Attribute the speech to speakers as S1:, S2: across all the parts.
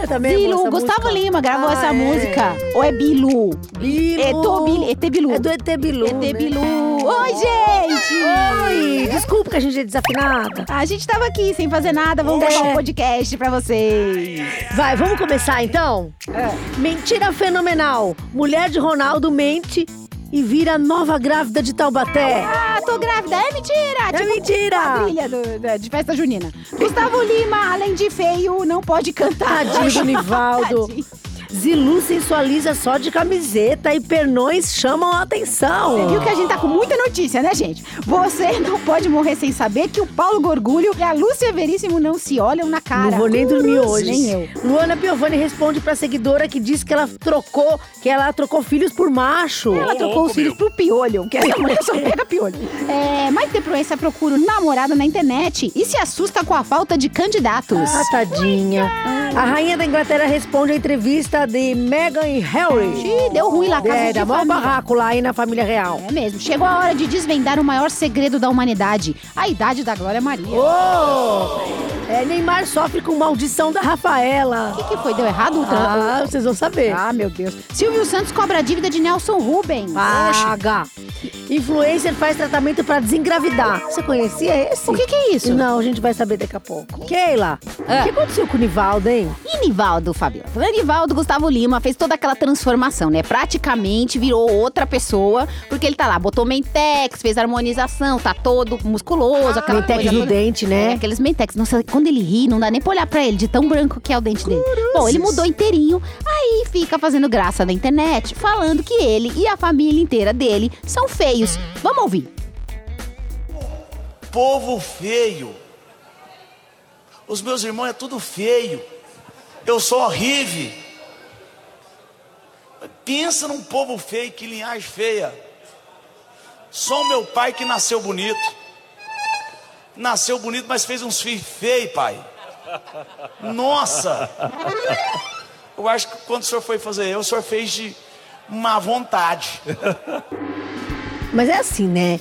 S1: é também.
S2: Bilu,
S1: essa
S2: Gustavo
S1: música.
S2: Lima gravou
S1: Ah,
S2: essa
S1: é.
S2: música. Ou é Bilu?
S1: Bilu.
S2: É do Bilu. ET Bilu.
S1: É do ET Bilu.
S2: ET
S1: né?
S2: Bilu. Oi, gente!
S1: Oi, desculpa que a gente é desafinada.
S2: A gente tava aqui sem fazer nada, vamos
S1: É.
S2: gravar um podcast pra vocês. É.
S1: Vai, vamos começar então? Mentira fenomenal. Mulher de Ronaldo mente e vira nova grávida de Taubaté.
S2: Ah, tô grávida. É mentira!
S1: É mentira!
S2: Quadrilha do- da- de festa junina. Gustavo Lima, além de feio, não pode cantar.
S1: Tadinho, Nivaldo.
S2: Tadinho.
S1: Zilu sensualiza só de camiseta e pernões chamam a atenção.
S2: Você viu que a gente tá com muita notícia, né, gente? Você não pode morrer sem saber que o Paulo Gorgulho e a Lúcia Veríssimo não se olham na cara.
S1: Não vou nem dormir hoje.
S2: Nem eu.
S1: Luana Piovani responde pra seguidora que diz que ela trocou, que ela trocou filhos por macho.
S2: Ela trocou os filhos pro piolho, que essa mulher só pega piolho. É, Maite Proença procura um namorado na internet e se assusta com a falta de candidatos.
S1: Ah, tadinha. A rainha da Inglaterra responde a entrevista de Meghan e Harry.
S2: Ih, deu ruim lá, casa
S1: É,
S2: de
S1: dá maior
S2: família.
S1: barraco lá aí na família real.
S2: É mesmo, chegou a hora de desvendar o maior segredo da humanidade, a idade da Glória Maria.
S1: Ô! É, Neymar sofre com maldição da Rafaela.
S2: O que, que foi? Deu errado o tra-
S1: Ah, vocês vão saber.
S2: Ah, meu Deus. Silvio Santos cobra a dívida de Nelson Rubens.
S1: Ah, Paga. Influencer faz tratamento pra desengravidar. Você conhecia esse?
S2: O que, que é isso?
S1: Não, a gente vai saber daqui a pouco. Keila,
S2: Ah.
S1: o que aconteceu com o Nivaldo, hein?
S2: E Nivaldo, Fabiola? Nivaldo Gustavo Lima fez toda aquela transformação, né? Praticamente virou outra pessoa, porque ele tá lá, botou mentex, fez harmonização, tá todo musculoso, aquela
S1: Mentex
S2: coisa
S1: no
S2: toda.
S1: dente, né?
S2: É, aqueles mentex. Nossa, quando ele ri, não dá nem pra olhar pra ele, de tão branco que é o dente dele. Bom, ele mudou inteirinho, aí fica fazendo graça na internet, falando que ele e a família inteira dele são feios. Vamos ouvir.
S3: povo feio. Os meus irmãos é tudo feio. Eu sou horrível. Pensa num povo feio, que linhagem feia. Só o meu pai que nasceu bonito. Nasceu bonito, mas fez uns filhos feios, pai. Nossa! Eu acho que quando o senhor foi fazer eu, o senhor fez de má vontade.
S1: Mas é assim, né?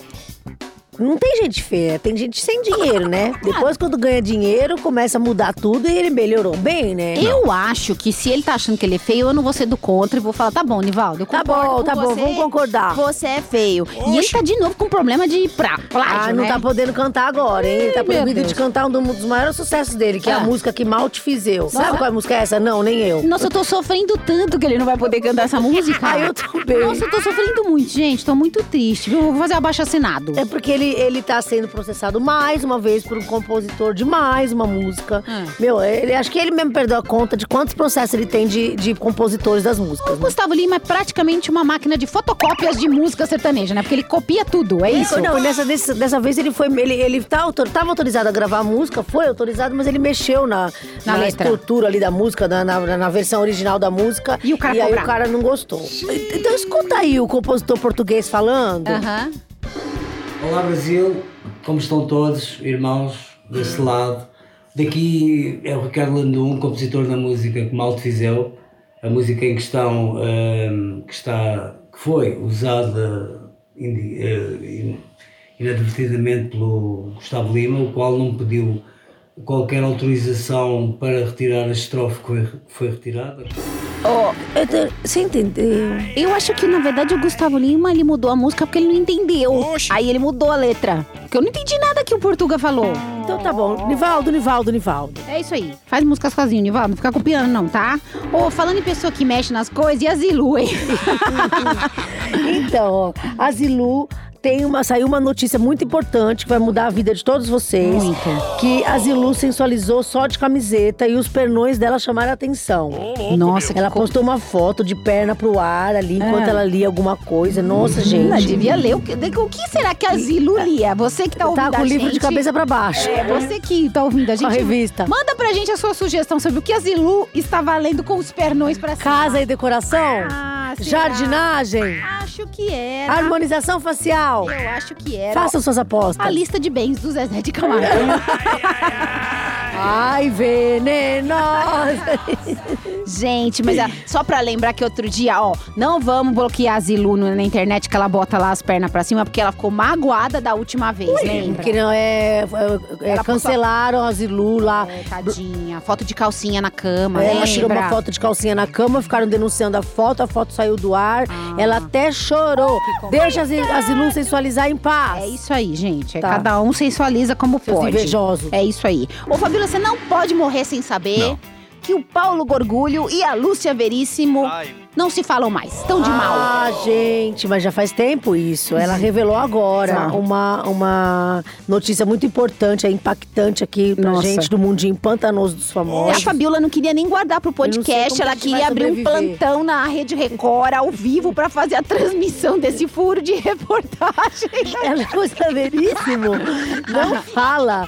S1: Não tem gente feia, tem gente sem dinheiro, né? Depois, quando ganha dinheiro, começa a mudar tudo e ele melhorou bem, né?
S2: Eu acho que se ele tá achando que ele é feio, eu não vou ser do contra e vou falar, tá bom, Nivaldo, eu
S1: Tá
S2: concordo
S1: bom,
S2: com
S1: tá bom,
S2: você,
S1: vamos concordar.
S2: Você é feio. E ele tá de novo com problema de pra, plágio,
S1: Ah, não
S2: né?
S1: tá podendo cantar agora, hein? Ele tá
S2: meu
S1: proibido
S2: Deus.
S1: de cantar um do- um dos maiores sucessos dele, que é a
S2: Ah.
S1: música que mal te fiz eu. Sabe
S2: Nossa.
S1: qual música é essa? Não, nem eu.
S2: Nossa, eu tô sofrendo tanto que ele não vai poder cantar essa música.
S1: Ah, eu também.
S2: Nossa, eu tô sofrendo muito, gente. Tô muito triste, viu? Vou fazer abaixo assinado.
S1: É porque ele, ele tá sendo processado mais uma vez por um compositor de mais uma música.
S2: Hum.
S1: Meu, ele, acho que ele mesmo perdeu a conta de quantos processos ele tem de, de compositores das músicas. né?
S2: O Gustavo Lima é praticamente uma máquina de fotocópias de música sertaneja, né? Porque ele copia tudo, é isso?
S1: Não, nessa, dessa, dessa vez ele foi. Ele, ele tá autor, tava autorizado a gravar a música, foi autorizado, mas ele mexeu na,
S2: Na letra.
S1: estrutura ali da música, na, na, na versão original da música.
S2: E o cara
S1: aí
S2: cobrava.
S1: o cara não gostou. Então escuta aí o compositor português falando.
S2: Aham.
S4: Olá Brasil, como estão todos, irmãos desse lado? Daqui é o Ricardo Landum, compositor da música que mal te fiz eu, a música em questão ehm, que, está, que foi usada indi- eh, in- inadvertidamente pelo Gustavo Lima, o qual não pediu qualquer autorização para retirar a estrofe que foi- que foi retirada.
S1: Eu te- Você entendeu?
S2: Eu acho que, na verdade, o Gustavo Lima, ele mudou a música porque ele não entendeu. Aí ele mudou a letra. Porque eu não entendi nada que o Portuga falou.
S1: Então tá bom. Nivaldo, Nivaldo, Nivaldo.
S2: É isso aí. Faz música sozinho, Nivaldo. Não fica copiando, não, tá? Ô, falando em pessoa que mexe nas coisas, e a Zilu, hein?
S1: Então, ó, a Zilu tem uma, saiu uma notícia muito importante que vai mudar a vida de todos vocês.
S2: Muito.
S1: Que a Zilu sensualizou só de camiseta e os pernões dela chamaram a atenção.
S2: Nossa, que
S1: Ela
S2: coisa.
S1: postou uma foto de perna pro ar ali, enquanto
S2: Ah. Hum.
S1: ela lia alguma coisa. Nossa, gente.
S2: Ela devia ler. O que, o que será que a Zilu lia? Você que tá ouvindo
S1: Tá com
S2: a
S1: o livro de
S2: gente-
S1: cabeça pra baixo.
S2: É, você que tá ouvindo a gente.
S1: Com a revista.
S2: Manda pra gente a sua sugestão sobre o que a Zilu está valendo com os pernões pra cima.
S1: Casa e decoração?
S2: Ah, será?
S1: jardinagem?
S2: Acho que era.
S1: Harmonização facial?
S2: Eu acho que era.
S1: Façam suas apostas.
S2: a lista de bens do Zezé de Camargo.
S1: Ai, venenosa.
S2: Gente, mas ela- só pra lembrar que outro dia, ó, não vamos bloquear a Zilu no- na internet que ela bota lá as pernas pra cima, porque ela ficou magoada da última vez, lembra?
S1: Que não é. é- é,
S2: Ela
S1: cancelaram a Zilu lá.
S2: É, tadinha, foto de calcinha na cama,
S1: Ela
S2: lembra?
S1: tirou uma foto de calcinha na cama, ficaram denunciando a foto, a foto saiu do ar.
S2: Ah.
S1: Ela até chorou. Deixa a Zi- a Zilu sensualizar em paz.
S2: É isso aí, gente. É
S1: Tá.
S2: Cada um sensualiza como
S1: Seus
S2: pode.
S1: invejosos.
S2: É isso aí. Ô, Fabíola, você não pode morrer sem saber
S3: Não.
S2: que o Paulo Gorgulho e a Lúcia Veríssimo
S3: Ah.
S5: Ai.
S2: não se falam mais. Estão É de mal.
S1: Ah, gente, mas já faz tempo isso. Ela revelou agora
S2: Exato.
S1: uma, uma notícia muito importante, é impactante aqui pra
S2: Nossa. tá
S1: gente do mundinho pantanoso dos
S2: A
S1: famosos.
S2: Fabiola não queria nem guardar pro
S1: não sei
S2: podcast,
S1: como
S2: ela
S1: que a gente vai
S2: queria abrir um
S1: sobreviver.
S2: plantão na Rede Record ao vivo pra fazer a transmissão desse furo de reportagem.
S1: Ela foi severíssimo. Não fala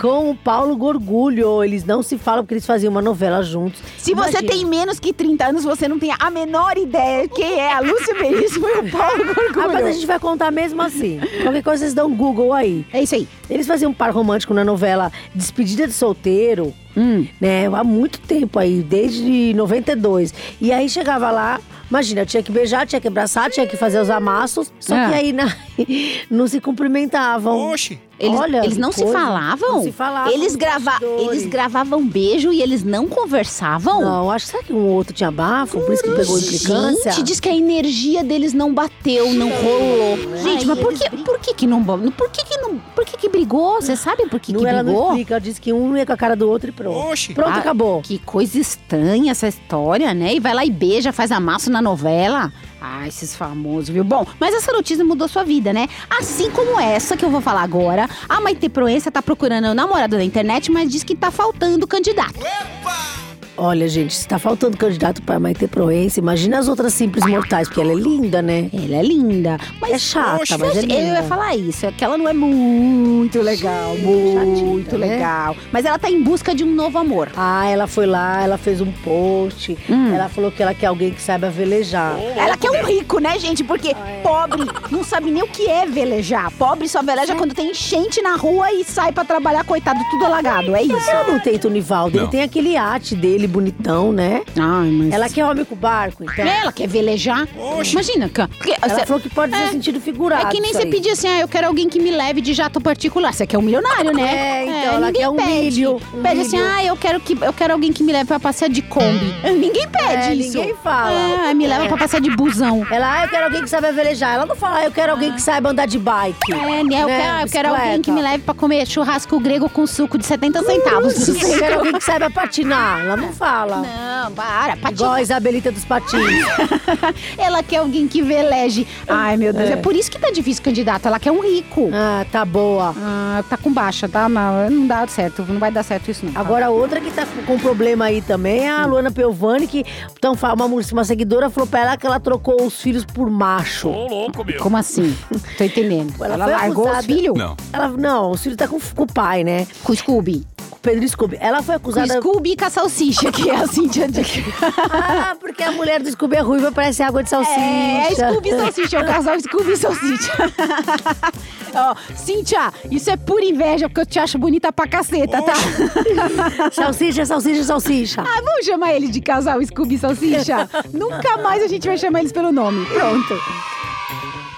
S1: com o Paulo Gorgulho. Eles não se falam porque eles faziam uma novela juntos.
S2: Se você
S1: Imagina.
S2: tem menos que 30 anos, você não tem a menor ideia quem é a Lúcia Veríssimo e o Paulo Gorgulho.
S1: Ah, mas a gente vai contar mesmo assim. Qualquer coisa, vocês dão Google aí.
S2: É isso aí.
S1: Eles faziam um par romântico na novela Despedida de Solteiro,
S2: Hum.
S1: né? Há muito tempo aí, desde 92. E aí chegava lá, imagina, tinha que beijar, tinha que abraçar, tinha que fazer os amassos. Só
S2: Ah.
S1: que aí na- não se cumprimentavam.
S5: Oxi.
S2: Eles,
S1: Olha,
S2: eles
S1: que
S2: não se
S1: coisa.
S2: falavam?
S1: Não se falavam
S2: Eles,
S1: nos
S2: grava...
S1: bastidores.
S2: eles gravavam beijo e eles não conversavam?
S1: Não, acho que será que um outro tinha bafo, por isso que pegou implicância.
S2: Gente, diz que a energia deles não bateu, não rolou. Gente, mas por
S1: eles
S2: que, por que que não... bo- Por que que não... Por que que brigou? Você sabe por que
S1: Não,
S2: que
S1: ela não
S2: brigou?
S1: explica, ela diz que um ia com a cara do outro e pronto.
S5: Oxi.
S1: Pronto,
S2: Ah,
S1: acabou.
S2: Que coisa estranha essa história, né? E vai lá e beija, faz amasso na novela. Ah, esses famosos, viu? Bom, mas essa notícia mudou sua vida, né? Assim como essa que eu vou falar agora, a Maite Proença tá procurando o namorado na internet, mas diz que tá faltando candidato.
S1: Olha, gente, se tá faltando candidato pra Maite Proença, imagina as outras simples mortais, porque ela é linda, né?
S2: Ela é linda, mas
S1: É chata,
S2: Poxa,
S1: mas é linda.
S2: Eu ia falar isso, é que ela não é muito legal, muito
S1: chatinha, né?
S2: legal. Mas ela tá em busca de um novo amor.
S1: Ah, ela foi lá, ela fez um post,
S2: Hum.
S1: ela falou que ela quer alguém que saiba velejar.
S2: Ela quer um rico, né, gente? Porque
S1: Ah, é.
S2: pobre não sabe nem o que é velejar. Pobre só veleja quando tem enchente na rua e sai pra trabalhar, coitado, tudo alagado. É isso.
S1: Ela não tem Tunivaldo, ele
S5: Não.
S1: tem aquele iate dele bonitão, né?
S2: Ai, mas.
S1: Ela
S2: Ela
S1: quer homem com barco, então.
S2: quer, ela quer velejar. Imagina, cara. Porque
S1: Ela
S2: cê-
S1: falou que pode ser
S2: É.
S1: sentido
S2: é
S1: figurado.
S2: que nem
S1: isso
S2: você
S1: aí.
S2: pedir assim, ah, eu quero alguém que me leve de jato particular. Você quer um milionário, né?
S1: É, então, ela
S2: ninguém
S1: quer um
S2: pede.
S1: milho, um
S2: pede assim,
S1: milho.
S2: ah, eu quero, que, eu quero alguém que me leve pra passear de Kombi. Ninguém pede
S1: É,
S2: isso.
S1: ninguém fala.
S2: Ah, me leva pra passear de busão.
S1: Ela, ah, eu quero alguém que saiba velejar. Ela não fala, ah, eu quero alguém que saiba andar de bike.
S2: É, né? Eu, quero, eu quero alguém que me leve pra comer churrasco grego com suco de 70
S1: Tá,
S2: centavos.
S1: leve. Eu quero alguém que saiba patinar. Ela não fala.
S2: Não, para,
S1: Igual
S2: patinha.
S1: a Isabelita dos Patins.
S2: Ela quer alguém que veleje. Ai, meu Deus, é, por isso que tá difícil candidato. Ela quer um rico.
S1: Ah, tá boa.
S2: Ah, tá com baixa, tá? Não, não dá certo, não vai dar certo isso não. tá?
S1: Agora, outra que tá com problema aí também é a
S2: Hum.
S1: Luana Pelvani, que então, fa- uma, mu- uma seguidora falou pra ela que ela trocou os filhos por macho.
S5: Ô, louco, meu.
S2: Como assim? Tô entendendo.
S1: Ela
S2: Ela,
S1: foi
S2: largou
S1: acusada.
S2: os filhos?
S5: Não.
S1: Ela, não, os filhos tá com, com o pai, né?
S2: Com o Scooby.
S1: Com o Pedro Scooby. Ela foi
S2: Com o
S1: acusada.
S2: Scooby e com a salsicha, que é a Cintia Dick.
S1: Ah, porque a mulher do Scooby é ruiva, parece água de salsicha.
S2: É, é Scooby e Salsicha, é o casal Scooby e Salsicha. Ó, Cintia, isso é pura inveja, porque eu te acho bonita pra caceta, tá?
S1: Salsicha, salsicha, salsicha.
S2: Ah, vamos chamar ele de casal Scooby e Salsicha? Nunca mais a gente vai chamar eles pelo nome. Pronto.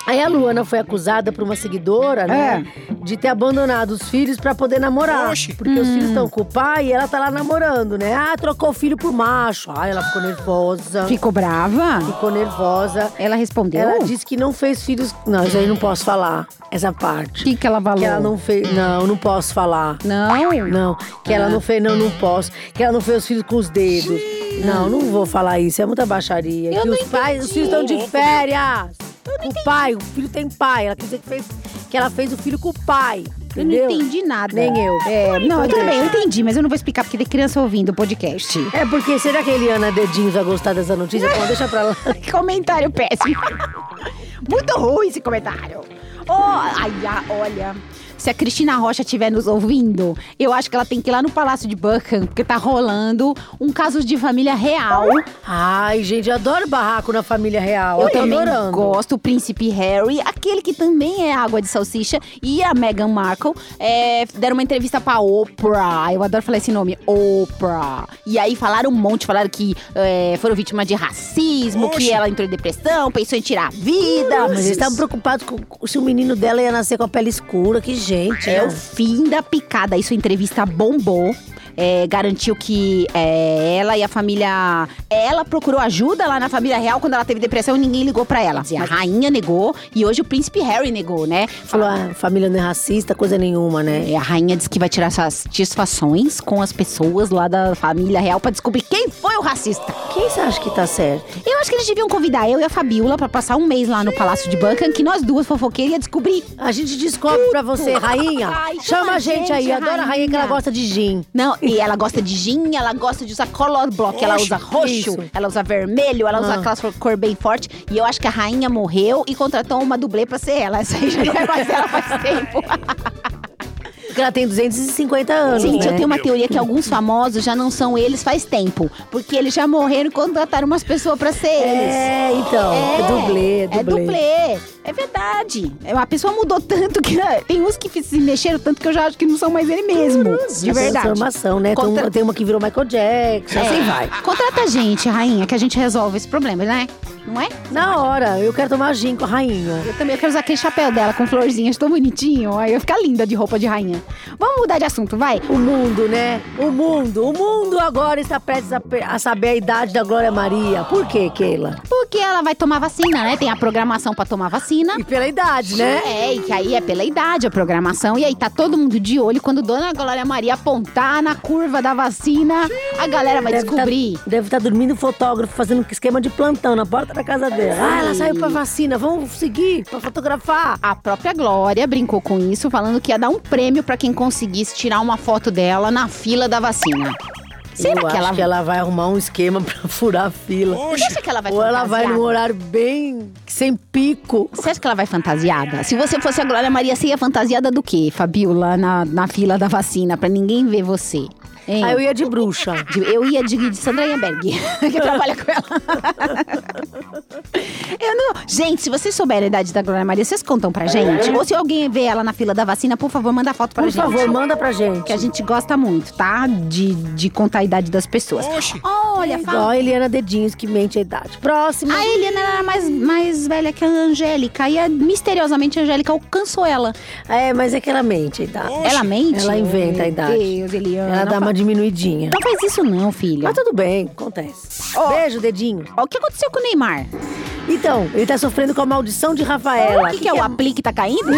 S1: Aí a Luana foi acusada por uma seguidora, né? De ter abandonado os filhos pra poder namorar.
S5: Oxi.
S1: Porque os filhos estão com o pai e ela tá lá namorando, né? Ah, trocou o filho por macho. Ah, ela ficou nervosa.
S2: Ficou brava?
S1: Ficou nervosa.
S2: Ela respondeu?
S1: Ela disse que não fez filhos. Não, isso aí não posso falar. Essa parte.
S2: O que, que ela falou?
S1: Que ela não fez. Não, não posso falar.
S2: Não?
S1: Não. Que ela não fez. Não, não posso. Que ela não fez os filhos com os dedos. Não, não vou falar isso. É muita baixaria.
S2: Eu
S1: que
S2: não
S1: os pais, os filhos estão de férias. O pai, o filho tem pai. Ela quer dizer que, fez, que ela fez o filho com o pai.
S2: Eu não
S1: Entendeu?
S2: entendi nada.
S1: Nem eu.
S2: É, não,
S1: Então
S2: tudo bem, eu
S1: deixa.
S2: entendi, mas eu não vou explicar porque tem criança ouvindo o podcast.
S1: É porque será que a Eliana Dedinhos vai gostar dessa notícia? Bom, deixa pra lá.
S2: Que comentário péssimo. Muito ruim esse comentário. Oh, ai, ah, olha. se a Cristina Rocha estiver nos ouvindo, eu acho que ela tem que ir lá no Palácio de Buckham, porque tá rolando um caso de família real.
S1: Ai, gente, eu adoro barraco na família real.
S2: Eu,
S1: Eu, tô
S2: também
S1: adorando.
S2: gosto, o príncipe Harry, aquele que também é água de salsicha, e a Meghan Markle é, deram uma entrevista pra Oprah. Eu adoro falar esse nome, Oprah. E aí falaram um monte, falaram que é, foram vítimas de racismo, que ela entrou em depressão, pensou em tirar a vida.
S1: Ah, mas eles estavam preocupados com com- se o menino dela ia nascer com a pele escura. Que gente.
S2: É
S1: né?
S2: o fim da picada. Isso a entrevista bombou. É, garantiu que é, ela e a família. Ela procurou ajuda lá na família real quando ela teve depressão e ninguém ligou pra ela. E a rainha negou e hoje o príncipe Harry negou, né?
S1: Falou, ah, família não é racista, coisa nenhuma, né?
S2: É, a rainha disse que vai tirar suas satisfações com as pessoas lá da família real pra descobrir quem foi o racista.
S1: Quem você acha que tá certo?
S2: Eu acho que eles deviam convidar eu e a Fabiola pra passar um mês lá no Palácio de Buckingham, que nós duas fofoqueiras ia descobrir.
S1: A gente descobre pra você, rainha.
S2: Ai,
S1: Chama a gente, aí, adora a rainha que ela
S2: rainha.
S1: gosta de gin.
S2: Não, e ela gosta de gin, ela gosta de usar color block, ela
S1: Roxo,
S2: usa roxo,
S1: isso.
S2: ela usa vermelho, ela usa
S1: Ah.
S2: aquela cor bem forte. E eu acho que a rainha morreu e contratou uma dublê pra ser ela. Essa aí já não é mais ela faz tempo.
S1: Porque ela tem 250 anos.
S2: Gente,
S1: né?
S2: eu tenho uma teoria que alguns famosos já não são eles faz tempo. Porque eles já morreram e contrataram umas pessoas pra ser eles.
S1: É, então. É, dublê, é
S2: É
S1: dublê.
S2: dublê. É verdade. É, A pessoa mudou tanto que. Tem uns que se mexeram tanto que eu já acho que não são mais ele mesmo. de
S1: A
S2: verdade.
S1: Transformação, é né? Tem
S2: Contra- É.
S1: uma- Tem uma que virou Michael Jackson, assim vai.
S2: Contrata a gente, rainha, que a gente resolve esse problema, né? Não é?
S1: Na hora, eu quero tomar gin com a rainha.
S2: Eu também quero usar aquele chapéu dela com florzinhas tão bonitinho. Aí eu ia ficar linda de roupa de rainha. Vamos mudar de assunto, vai?
S1: O mundo, né? O mundo. O mundo agora está prestes a, pe- a saber a idade da Glória Maria. Por quê, Keila?
S2: Porque ela vai tomar vacina, né? Tem a programação pra tomar vacina.
S1: E pela idade, né?
S2: É, e que aí é pela idade a programação. E aí tá todo mundo de olho. Quando Dona Glória Maria apontar na curva da vacina, a galera vai descobrir.
S1: Tá, deve estar dormindo o fotógrafo fazendo esquema de plantão na porta da casa dela. Ah, ela saiu pra vacina. Vamos seguir pra fotografar.
S2: A própria Glória brincou com isso, falando que ia dar um prêmio pra quem conseguisse tirar uma foto dela na fila da vacina. Será
S1: eu acho
S2: que ela,
S1: que ela vai arrumar um esquema pra furar a fila.
S2: Você acha que ela vai assim,
S1: Ou ela vai
S2: fantasiada?
S1: num horário bem sem pico.
S2: Você acha que ela vai fantasiada? Se você fosse a Glória Maria, você ia fantasiada do quê, Fabiola, na, na fila da vacina, pra ninguém ver você? Hein?
S1: Aí eu ia de bruxa.
S2: De- Eu ia de, de Sandra Yenberg, que trabalha com ela. Eu não... Gente, se vocês souberem a idade da Glória Maria, vocês contam pra gente. Ou se alguém vê ela na fila da vacina, por favor, manda foto pra
S1: Por
S2: gente.
S1: favor, manda pra gente.
S2: Que a gente gosta muito, tá? De, de contar a idade das pessoas. Olha,
S1: Igual
S2: fala.
S1: a Eliana Dedinhos, que mente a idade. Próxima.
S2: A Eliana era mais, mais velha que a Angélica. E a- misteriosamente a Angélica alcançou ela.
S1: É, mas é que ela mente a idade.
S2: Ela mente?
S1: Ela inventa a idade.
S2: Meu Deus, Eliana.
S1: Ela dá
S2: não,
S1: uma
S2: fa-
S1: diminuidinha.
S2: não faz isso não, filha.
S1: Mas tudo bem, acontece. Beijo, dedinho.
S2: Ó, O que aconteceu com o Neymar?
S1: Então, ele tá sofrendo com a maldição de
S2: O
S1: Rafaela.
S2: que, que é o aplique que tá caindo?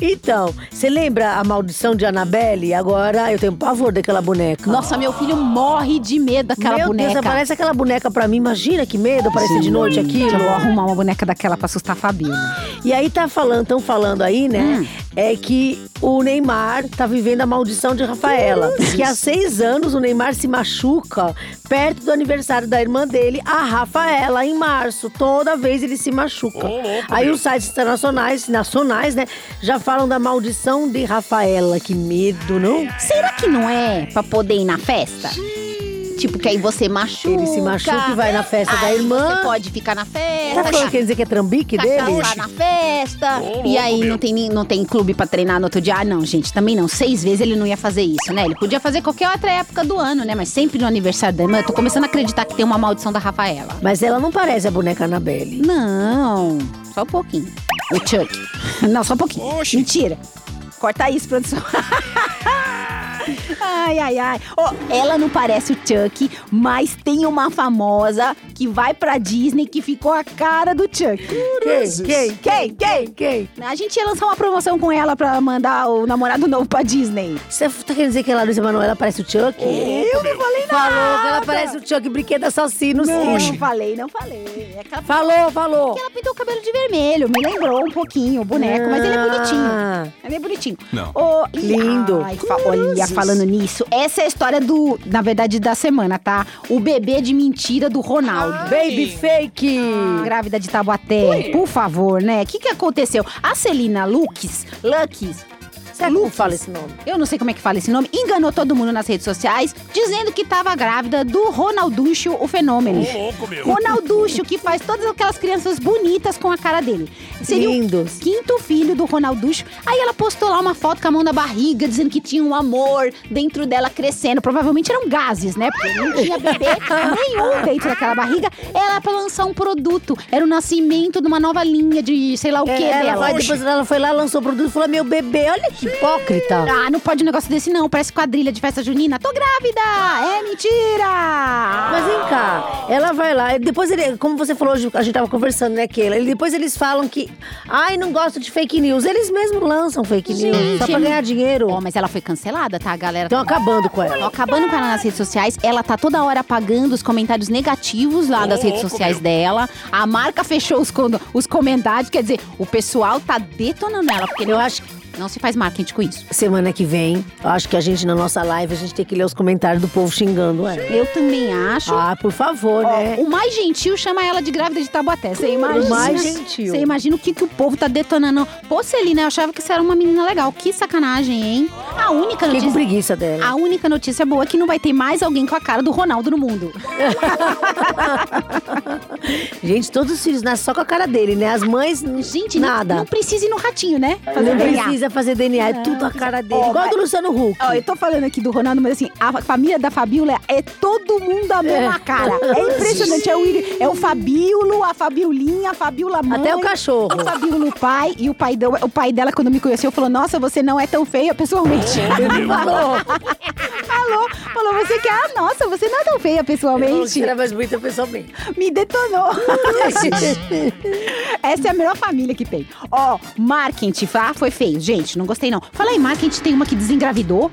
S1: Então, você lembra a maldição de Annabelle? Agora eu tenho pavor daquela boneca.
S2: Nossa, meu filho morre de medo daquela
S1: Meu
S2: boneca.
S1: Deus, aparece aquela boneca pra mim. Imagina que medo aparecer de noite
S2: Já vou
S1: aquilo.
S2: arrumar uma boneca daquela pra assustar a Fabiana.
S1: E aí tá falando, tão falando aí, né? É que o Neymar tá vivendo a maldição de Rafaela. Que há seis anos o Neymar se machuca perto do aniversário da irmã dele, a Rafaela, em março. Toda vez ele se machuca. aí os sites internacionais, nacionais, né, já falam da maldição de Rafaela. Que medo, não?
S2: Será que não é pra poder ir na festa? Tipo, que aí você machuca.
S1: Ele se machuca e vai na festa da
S2: aí
S1: irmã.
S2: Você pode ficar na festa.
S1: Tá falando quer dizer que é trambique
S2: Cacau
S1: dele?
S2: lá na festa. e aí não tem, nem- não tem clube pra treinar no outro dia. Ah, não, gente, também não. Seis vezes ele não ia fazer isso, né? Ele podia fazer qualquer outra época do ano, né? Mas sempre no aniversário da irmã. Eu tô começando a acreditar que tem uma maldição da Rafaela.
S1: Mas ela não parece a boneca Annabelle.
S2: Não, só um pouquinho. O Chuck. Não, só um pouquinho. Mentira. Corta isso, produção. Ai, ai, ai. Ó, ela não parece o Chuck, mas tem uma famosa que vai pra Disney que ficou a cara do Chuck.
S1: Quem? Quem?
S2: Quem? Quem?
S1: Quem?
S2: A gente ia lançar uma promoção com ela pra mandar o namorado novo pra Disney.
S1: Você tá querendo dizer que a Larissa Manoela parece o Chuck?
S2: Eu não falei nada.
S1: Falou que ela parece o Chuck Brinquedo Assassino,
S2: Não,
S1: sim.
S2: não falei, não falei. É aquela
S1: Falou, falou.
S2: que ela pintou o cabelo de vermelho. Me lembrou um pouquinho o boneco, mas ele é bonitinho.
S1: Ah,
S2: Ele é bonitinho.
S5: Não.
S2: Ô, e-
S1: Lindo.
S2: Ai, fa- olha, falando nisso, essa é a história do, na verdade, da semana, tá? O bebê de mentira do Ronaldo.
S1: Ah, Baby fake!
S2: Grávida de Tabaté, por favor, né? O que, que aconteceu? A Celina Lux, Ah. Lucky,
S1: Será que não fala esse nome?
S2: eu não sei como é que fala esse nome, enganou todo mundo nas redes sociais, dizendo que tava grávida do Ronalducho, o fenômeno.
S5: Ô, louco, meu.
S2: Ronalducho, que faz todas aquelas crianças bonitas com a cara dele. Seria
S1: Lindos.
S2: o quinto filho do Ronalducho. Aí ela postou lá uma foto com a mão na barriga, dizendo que tinha um amor dentro dela crescendo. Provavelmente eram gases, né? Porque não tinha bebê nenhum dentro daquela barriga. Ela pra lançar um produto. Era o nascimento de uma nova linha de sei lá o
S1: É,
S2: que
S1: ela
S2: dela.
S1: vai, depois ela foi lá, lançou o produto e falou: Meu bebê, olha que hipócrita.
S2: Ah, não pode um negócio desse não, parece quadrilha de festa junina. Tô grávida! É mentira!
S1: Mas vem cá, ela vai lá, e depois ele, como você falou, a gente tava conversando, né, Keila? E depois eles falam que, ai, não gosto de fake news. Eles mesmos lançam fake news só pra ganhar dinheiro.
S2: Ó, mas ela foi cancelada, tá, galera?
S1: Estão acabando com
S2: Tô
S1: ela.
S2: acabando com ela nas redes sociais, ela tá toda hora apagando os comentários negativos lá das redes
S5: louco,
S2: sociais
S5: meu.
S2: dela. A marca fechou os, con- os comentários, quer dizer, o pessoal tá detonando ela, porque
S1: Eu
S2: não,
S1: acho que
S2: não se faz marketing com isso.
S1: semana que vem, eu acho que a gente, na nossa live, a gente tem que ler os comentários do povo xingando ela.
S2: Eu também acho.
S1: Ah, por favor,
S2: Ó, um
S1: né?
S2: O mais gentil chama ela de grávida de Tabaté. Você imagina?
S1: mais gentil.
S2: Você imagina o que, que o povo tá detonando. Pô, Celina, eu achava que você era uma menina legal. Que sacanagem, hein? A
S1: Fiquei com
S2: única notícia...
S1: preguiça dela.
S2: A única notícia boa é que não vai ter mais alguém com a cara do Ronaldo no mundo.
S1: Gente, todos os filhos nascem só com a cara dele, né? As mães,
S2: Gente, não-
S1: nada.
S2: Não, precisa ir no ratinho, né? Fazer
S1: Não
S2: DNA.
S1: precisa fazer DNA, é tudo a cara dele.
S2: Ó,
S1: Igual
S2: mas-
S1: do Luciano Huck.
S2: Ó, eu tô falando aqui do Ronaldo, mas assim, a família da Fabiola é todo mundo a mesma cara. É impressionante. É o, Iri- é o Fabíolo, a Fabiolinha, a Fabiola mãe.
S1: Até o cachorro.
S2: O Fabíolo Tá pai. E o pai, dela- o pai dela, quando me conheceu, falou, nossa, você não é tão feia pessoalmente.
S1: Falou.
S2: falou, falou, você que é a nossa, você não é tão feia pessoalmente.
S1: Era mais bonita pessoalmente.
S2: Me detonou. Essa é a melhor família que tem. Ó, marketing, ah, foi feio. Gente, não gostei não. Fala aí, marketing tem uma que desengravidou.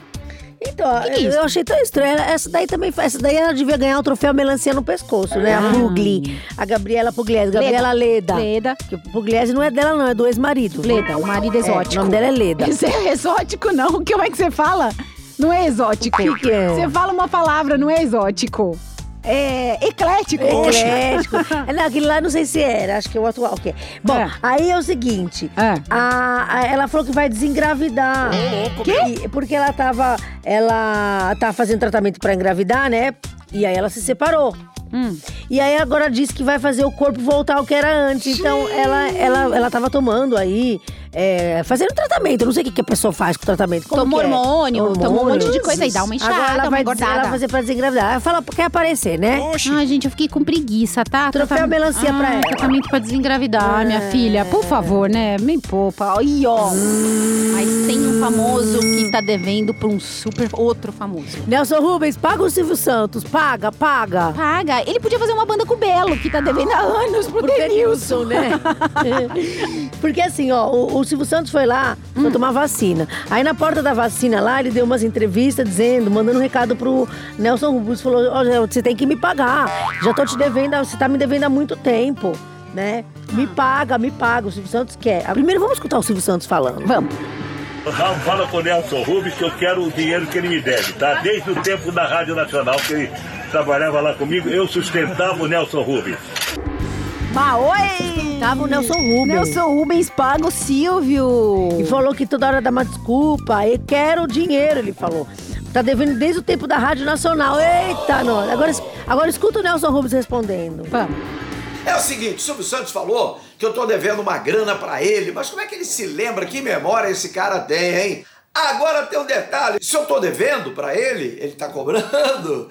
S1: Então,
S2: que é isso?
S1: eu achei tão estranho. Ela- Essa daí também, essa daí ela devia ganhar o troféu melancia no pescoço, né? A Pugli, a Gabriela Pugliese, Gabriela Leda.
S2: Ah. Leda.
S1: Que Pugliese não é dela não, é do ex-marido.
S2: Leda, o marido exótico.
S1: É, o nome dela é Leda.
S2: Isso é exótico, não. Como é que você fala? Não é exótico.
S1: O que que é?
S2: Você fala uma palavra, não é exótico. É eclético.
S1: Eclético. É, não, aquele lá eu não sei se era, acho que é o atual que é. Bom,
S2: É.
S1: aí é o seguinte.
S2: É.
S1: a- a- ela falou que vai desengravidar. E- porque ela tava. Ela tá fazendo tratamento pra engravidar, né? E aí ela se separou.
S2: Hum.
S1: E aí agora diz que vai fazer o corpo voltar ao que era antes. Então ela, ela, ela tava tomando aí, é, fazendo tratamento. Eu não sei o que, que a pessoa faz com o tratamento. Como
S2: Tomou
S1: que é?
S2: hormônio, tomou um monte de coisa aí, dá uma inchada,
S1: Agora ela
S2: uma
S1: vai,
S2: engordada.
S1: Ela vai fazer pra desengravidar. Ela fala quer aparecer, né?
S5: Oxi.
S2: Ai, gente, eu fiquei com preguiça, tá?
S1: Troféu
S2: Tratam-
S1: melancia
S2: Ai,
S1: pra ela. É.
S2: Tratamento pra desengravidar, minha filha. Por favor, né? Me poupa. Aí, ó. Mas tem um famoso que tá devendo pra um super outro famoso.
S1: Nelson Rubens, paga o Silvio Santos. Paga, paga.
S2: Paga. Ele podia fazer uma banda com o Belo, que tá devendo há anos pro
S1: Denilson,
S2: Denilson.
S1: né? Porque assim, ó, o, o Silvio Santos foi lá pra tomar vacina. Aí na porta da vacina lá, ele deu umas entrevistas dizendo, mandando um recado pro Nelson Rubens. Falou, ó, Zé, você tem que me pagar. Já tô te devendo, há- você tá me devendo há muito tempo, né? Me paga, me paga. O Silvio Santos quer. Ah, Primeiro vamos escutar o Silvio Santos falando.
S2: Vamos.
S6: Raul, fala com o Nelson Rubens que eu quero o dinheiro que ele me deve, tá? Desde o tempo da Rádio Nacional que ele trabalhava lá comigo, eu sustentava o Nelson Rubens.
S2: Bah, oi!
S1: Tava o Nelson Rubens.
S2: Nelson Rubens paga o
S1: E
S2: Silvio.
S1: falou que toda hora dá uma desculpa. E quero dinheiro, ele falou. Tá devendo desde o tempo da Rádio Nacional. Eita, nós. Agora, agora escuta o Nelson Rubens respondendo.
S2: Vamos.
S7: É o seguinte, o Silvio Santos falou que eu tô devendo uma grana pra ele, mas como é que ele se lembra? Que memória esse cara tem, hein? Agora tem um detalhe: se eu tô devendo pra ele, ele tá cobrando,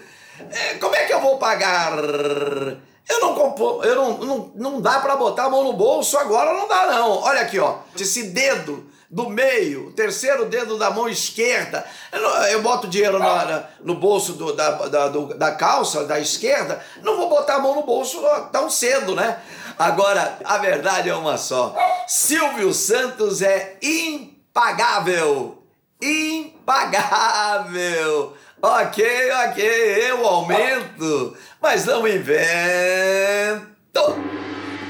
S7: é, como é que eu vou pagar? Eu não compo, eu não, não, não dá pra botar a mão no bolso agora, não dá não. Olha aqui, ó, esse dedo do meio, o terceiro dedo da mão esquerda. Eu, não- eu boto dinheiro na- na- no bolso do- da, da, do- da calça, da esquerda, não vou botar a mão no bolso ó, tão cedo, né? Agora, a verdade é uma só. Silvio Santos é impagável. Impagável. Ok, ok, eu aumento, mas não invento.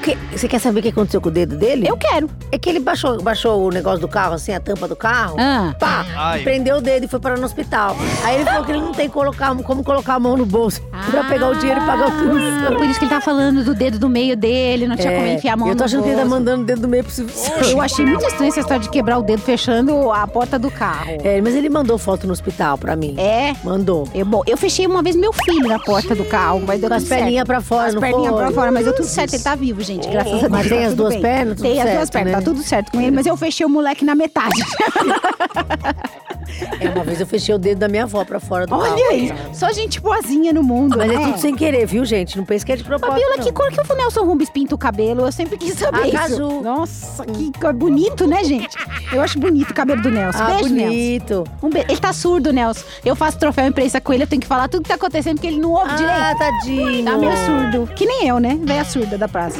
S1: que- você quer saber o que aconteceu com o dedo dele?
S2: Eu quero.
S1: É que ele baixou, baixou o negócio do carro, assim, a tampa do carro.
S2: Ah.
S1: Pá!
S5: Ai.
S1: e Prendeu o dedo e foi parar no hospital. Aí ele falou que ele não tem colocar, como colocar a mão no bolso pra pegar o dinheiro e pagar o
S2: Ah, Por
S1: curso.
S2: isso que ele tava falando do dedo do meio dele, não tinha como enfiar a mão
S1: É, eu tô
S2: no
S1: achando que ele tá
S2: bolso.
S1: mandando o dedo do meio pro Silvio.
S2: Eu achei muito estranho essa história de quebrar o dedo fechando a porta do carro.
S1: É, mas ele mandou foto no hospital pra mim.
S2: É.
S1: Mandou.
S2: Eu, bom, eu fechei uma vez meu filho na porta do carro, mas deu
S1: Com as
S2: tudo certo.
S1: perninhas pra fora,
S2: é As
S1: não
S2: perninhas
S1: foi?
S2: pra fora, mas deu tudo certo. Ele tá vivo, gente, graças a Deus.
S1: Mas
S2: tá
S1: tem as
S2: tudo
S1: duas
S2: bem.
S1: pernas, tudo
S2: Tem as duas
S1: certo,
S2: pernas,
S1: né?
S2: tá tudo certo com ele, mas eu fechei o moleque na metade.
S1: É, uma vez eu fechei o dedo da minha avó pra fora do carro.
S2: Olha aí, só gente boazinha no mundo.
S1: Mas é
S2: né?
S1: tudo sem querer, viu, gente? Não pense que é de propósito,
S2: Fabiola, que
S1: não.
S2: cor que o Nelson Rubens pinta o cabelo? Eu sempre quis saber
S1: Ah,
S2: isso.
S1: caju.
S2: Nossa, que cor bonito, né, gente? Eu acho bonito o cabelo do Nelson.
S1: Ah,
S2: Beijo, Nelson.
S1: bonito.
S2: Um beijo. Ele tá surdo, Nelson. Eu faço troféu imprensa com ele, eu tenho que falar tudo que tá acontecendo, porque ele não ouve
S1: Ah,
S2: direito.
S1: tadinho.
S2: Tá meio surdo. Que nem eu, né? Véia surda da praça.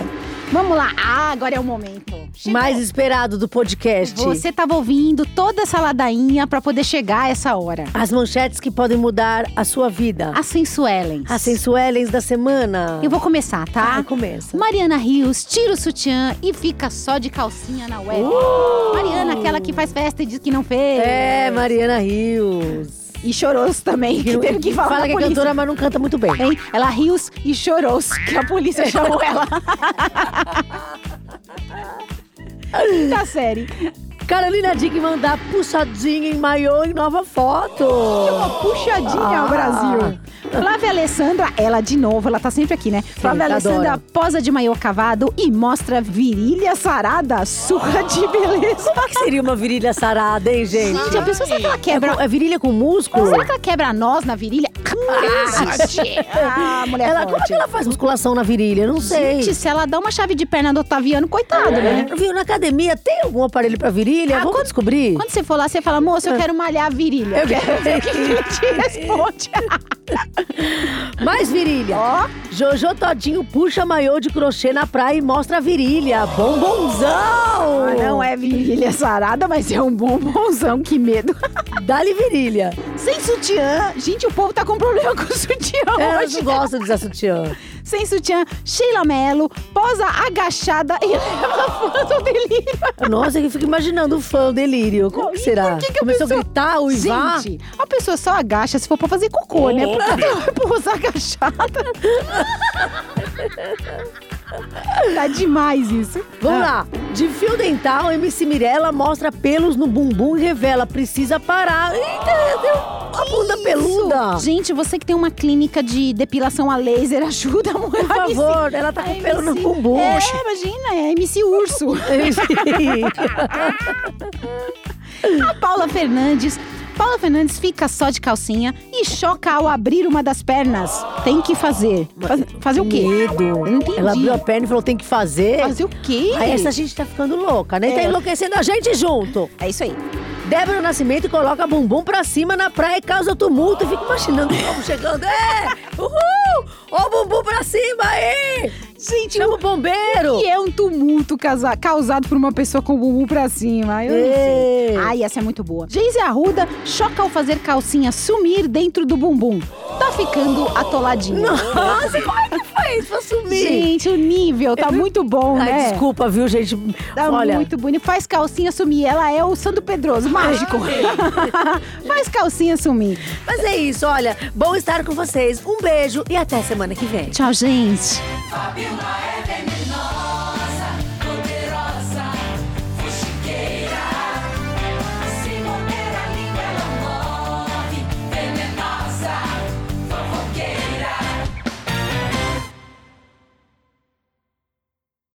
S2: Vamos lá. Ah, agora é o momento. Chegou.
S1: Mais esperado do podcast.
S2: Você tava ouvindo toda essa ladainha pra poder chegar a essa hora.
S1: As manchetes que podem mudar a sua vida.
S2: A Sensuelens.
S1: As sensuelens da semana.
S2: Eu vou começar, tá?
S1: Vai, começa.
S2: Mariana Rios tira o sutiã e fica só de calcinha na web. Mariana, aquela que faz festa e diz que não fez.
S1: É, Mariana Rios.
S2: E chorou também, que teve que falar
S1: Fala
S2: na
S1: que é
S2: polícia. É.
S1: cantora, mas não canta muito bem.
S2: Hein? Ela riu e chorou que a polícia chamou ela. Quinta série.
S1: Carolina Dick mandar puxadinha em maiô em nova foto.
S2: Uma puxadinha ao Brasil. Flávia Alessandra, ela de novo, ela tá sempre aqui, né? Flávia
S1: adoro.
S2: Alessandra posa de maiô cavado e mostra virilha sarada, surra de beleza.
S1: Como que seria uma virilha sarada, hein, gente?
S2: Gente, a pessoa será que ela quebra.
S1: É virilha com músculo?
S2: Será que ela quebra nós na virilha? Ah, mulher
S1: Ela, como é
S2: forte.
S1: que ela faz musculação na virilha? Eu Não sei. É.
S2: Gente, se ela dá uma chave de perna do Otaviano, coitado, né?
S1: Viu, na academia tem algum aparelho pra virilha?
S2: Ah,
S1: Vamos
S2: quando-
S1: descobrir?
S2: Quando você for lá, você fala, moça, É. eu quero malhar a virilha.
S1: Eu quero
S2: ver o que ele te responde.
S1: Mais virilha.
S2: Ó.
S1: Jojo Todinho puxa maiô de crochê na praia e mostra a virilha. Bombonzão!
S2: Ah, Não é virilha sarada, mas é um bombonzão, que medo.
S1: Dá-lhe virilha.
S2: Sem sutiã. Gente, o povo tá com problema com o sutiã
S1: Elas
S2: hoje.
S1: não gostam de usar sutiã.
S2: Sem sutiã, Sheila Mello posa agachada e leva foto ao delírio.
S1: Nossa, eu fico imaginando o fã, o delírio. Como
S2: Não,
S1: que
S2: e
S1: será?
S2: por que que a
S1: Começou
S2: pessoa-
S1: a gritar, uivar.
S2: Gente, a pessoa só agacha se for pra fazer cocô, né? Porque ela vai pousar agachada. tá demais isso.
S1: Vamos
S2: Ah.
S1: lá. De fio dental, MC Mirella mostra pelos no bumbum e revela. Precisa parar. Eita, deu uma bunda peluda.
S2: Gente, você que tem uma clínica de depilação a laser, ajuda a mulher.
S1: Por favor, ela tá com pelo no bumbum.
S2: É, imagina, é MC Urso. A Paula Fernandes. Paula Fernandes fica só de calcinha e choca ao abrir uma das pernas. Tem que fazer. Faz- fazer o quê?
S1: Medo.
S2: Não entendi.
S1: Ela abriu a perna e falou: tem que fazer.
S2: Fazer o quê?
S1: Aí essa gente tá ficando louca, né? E Tá
S2: É.
S1: enlouquecendo a gente junto.
S2: É isso aí.
S1: Débora Nascimento coloca bumbum pra cima na praia e causa tumulto. Eu Fico imaginando o povo chegando. É! Uhul! Ó o bumbum pra cima aí!
S2: Gente,
S1: Chama o bombeiro!
S2: que é um tumulto casa- causado por uma pessoa com o bumbum pra cima. Eu não sei.
S1: Ei.
S2: Ai, essa é muito boa. Geise Arruda choca ao fazer calcinha sumir dentro do bumbum. Tá ficando atoladinha.
S1: Nossa, como é que foi isso pra sumir?
S2: Gente, o nível tá muito bom,
S1: Ai,
S2: né?
S1: desculpa, viu, gente?
S2: Tá
S1: Olha,
S2: muito bonito. Faz calcinha sumir. Ela é o Santo Pedroso, mágico.
S1: Ah.
S2: Faz calcinha sumir.
S1: mas é isso, olha. Bom estar com vocês. Um beijo e até semana que vem.
S2: Tchau, gente.
S8: Fabiola é demais.